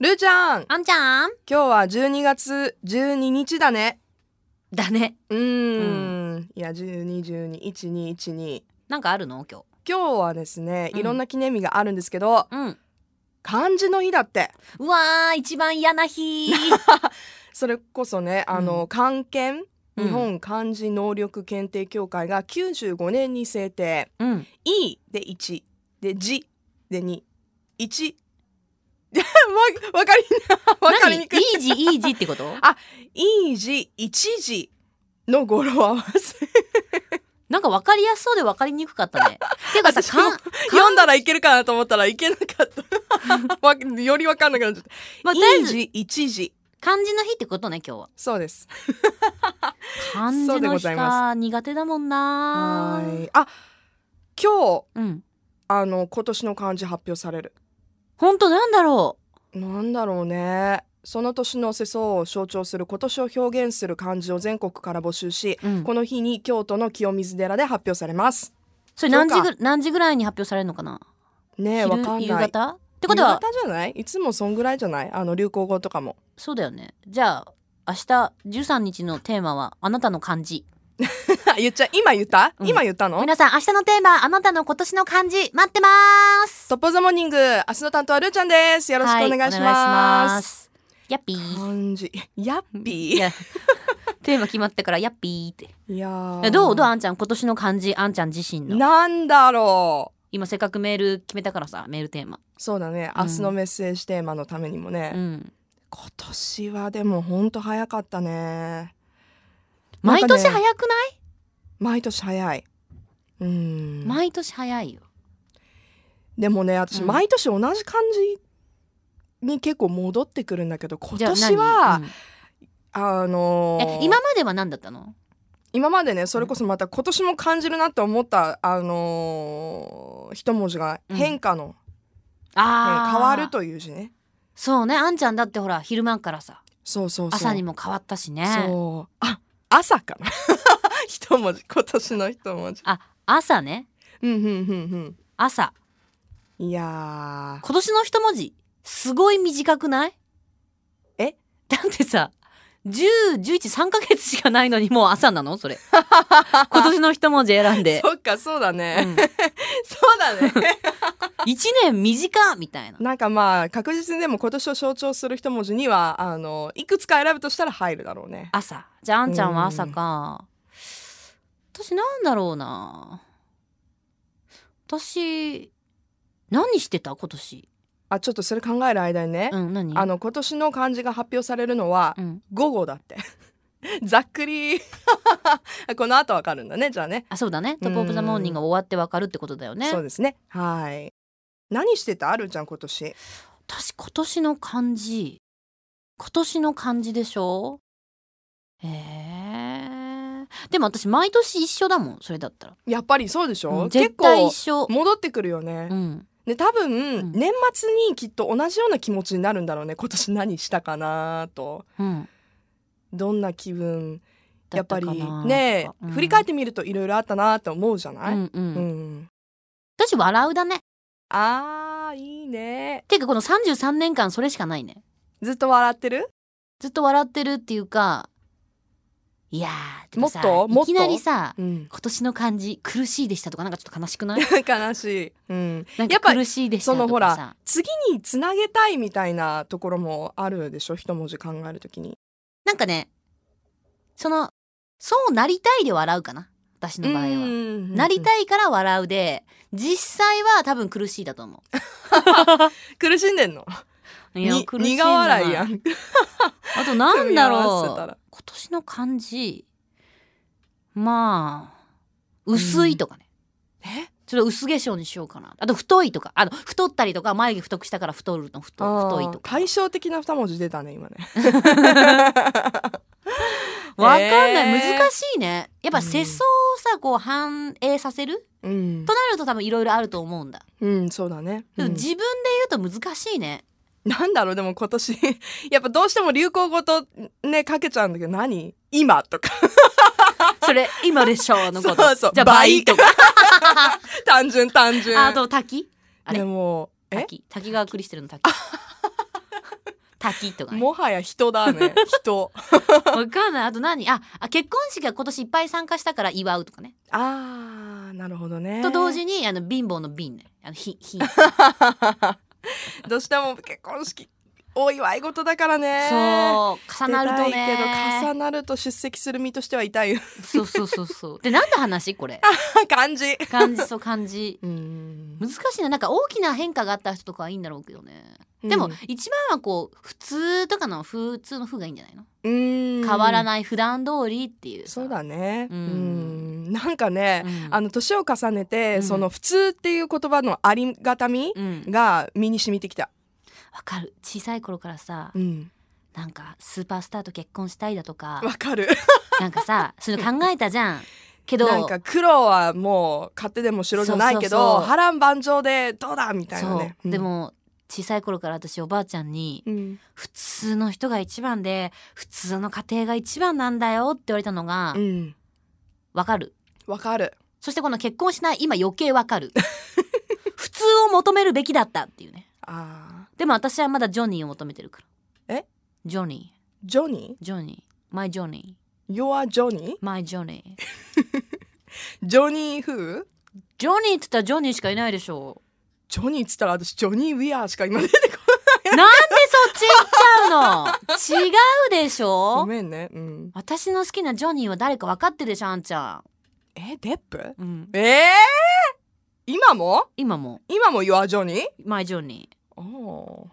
るーちゃんあんちゃん今日は12月12日だねだね。うーんいや12121212なんかあるの今日。今日はですねうんいろんな記念日があるんですけど、うん。漢字の日だってうわー、一番嫌な日。それこそねあの、うん漢検うん日本漢字能力検定協会が95年に制定 うん。 「い」で1で「じ」で2「1」わわかりなわかり何イにくいージー、イージーってこと あ「い」字「一字」の語呂合わせなんか分かりやすそうで分かりにくかったね。 てかさ、私もかん、 読んだらいけるかなと思ったらいけなかった。 わよりわかんなくなっちゃった。まあ、とりあえ一ず時一時。漢字の日ってことね、今日は。そうです。漢そ字うでのご日ざいか、苦手だもんなは。い。あ、今日うん。あの今年の漢字発表される。ほんと、なんだろなんだろうね。その年の世相を象徴する今年を表現する漢字を全国から募集し、う。うんこ。の日に京都の清水寺で発表されます。それ何時ぐ、何時ぐらいに発表されるのかなねえ、わかんな昼、い。夕方ってことは夕、方じゃない？いつもそんぐらいじゃない？あの流行語とかも。 そうだよね。じゃあ、明日13日のテーマは、あなたの漢字。言っちゃ今言った？うん今言ったの？皆さん、明日のテーマ、あなたの今年の漢字、待ってます。トップオブザモーニング明日の担当はるーちゃんですよろしくお願いします,、す。やっぴー。漢字やっいぴや テーマ決まってからやっぴーって。ーいやーどうどうあんちゃん今年の漢字あんちゃん自身の。なんだろ今せっかくメール決めたからさメールテーマ。うそうだねう明ん日のメッセージテーマのためにもね、うん。今年はでもほんと早かったねなん毎かね年早くない？毎年早いうん、毎年早いよ。でもね私うん毎年同じ漢字に結構戻ってくるんだけど今じゃあ年は、何あのうんーえ今までは何だったの？今までねそれこそまた今年も感じるなって思った、あのー一文字がうん変化の、ねああ、変わる。という字ねそうねあんちゃんだってほら昼間からさそうそうそう朝にも変わったしね。そうあ朝かな 一文字今年の一文字あ朝ねうんうんうん朝うんいやー今年の一文字すごい短くないえだってさ101113ヶ月しかないのにもう朝なのそ れ今年の一文字選んで、そっかそうだうね、ん、そうだね 1年短みたいななんかまあ確実にでも今年を象徴する一文字にはあのいくつか選ぶとしたら入るだろうね朝じゃああんちゃんは朝か私なんだろうな私何してた今年あちょっとそれ考える間にね、うん何あの今年の漢字が発表されるのはうん、午後だって ざっくり この後わかるんだねじゃあねあそうだね「トップ・オブ・ザ・モーニング」が終わってわかるってことだよねそうですねはい何してたあるちゃん今年私今年の漢字今年の漢字でしょえー、でも私毎年一緒だもんそれだったら、やっぱりそうでしょ、うん結絶対構一緒、戻ってくるよね、うん、で多分、ん年末にきっと同じような気持ちになるんだろうね今年何したかなとうん、どんな気分だやったぱかなりとかね、うん振り返ってみるといろいろあったなと思うじゃうない、んうんうん私笑うだねあーいいねていうかこの33年間それしかないねずっと笑ってるずっと笑ってるっていうかいやーてかさもっともっいときなりさうん 今年の漢字苦しいでしたとかなんかちょっと悲しくない悲しい、うん、なんやかっぱ苦しいでしそたのとほからさ次につなげたいみたいなところもあるでしょ一文字考えるときになんかねそのそうなりたいで笑うかな私の場合は、ななりいたいから笑うで実際は多分苦しいだと思苦しんでんの う。いやに苦しんで苦な笑いやんあとなんだ組み合わせたろうら今年の漢字まあ薄いとかね、えちょっと薄化粧にしようかなあと太いとかあの太ったりとか眉毛太くしたから太るの太太いとか対照的な二文字出たね今ねわかんない、えー難しいねやうっぱん世相をさこう反映させる、うんと、なると多分いろいろあると思うんだ、うん、そうだね、でもうん自分で言うと難しいねなんだろうでも今年 やっぱどうしても流行語とねかけちゃうんだけど何今とか それ今でしょうの ことそうそうじゃあ倍倍とか単純単純あと滝あれでもえ 滝滝川クリステルの滝滝とかね、もはや人だね 人わかんない。あと何ああ、結婚式が今年いっぱい参加したから祝うとかね。あーなるほどねと同時に、あの、貧乏の瓶ね。あの、ひ、ひ。どうしても結婚式お祝い事だからねそう。重出なるとたいけど重ね。なると出席する身としては 痛いそうそうそうそう。で、なんで話これ。感じ感じ、そう、感じ。うん難しいな。なんか大きな変化があった人とかはいいんだろうけどね。でも、一番はこう、普通とかの普通の風がいいんじゃないの、変変わらいない、普段通りっていうさ。そうだねううんんなんかねうんあの年を重ねうてんその普通っていう言葉のありがたみうん。が身に染みてきたわかる。小さい頃からさう、んなんか、スーパースターと結婚したいだとか。 わかるなんかさそれ考えたじゃんけどなんか黒はもう勝手でも白じゃないけそうそうどそう波乱万丈でどうだみたいなそうね、うんでも小さい頃から私おばあちゃんにうん普通の人が一番で普通の家庭が一番なんだよって言われたのがうんわかるわかるそしてこの結婚しない今余計わかる 普通を求めるべきだったっていうねあーでも私はまだジョニーを求めてるからえジョニジョニージョニーマイジョニーー Your ジョニマイジョニーージョニー who? ジョニーって言ったらジョニーしかいないでしょジョニーっつったら私ジョニー・ウィアーしか今出てこなんでそっち行っちゃうの違うでしないょごめんね、うん、私の好きなジョニーは誰か分かってるでしょあんちゃえデップん、うん、えー、今も今も今も Your ジョニーマイジョニおおー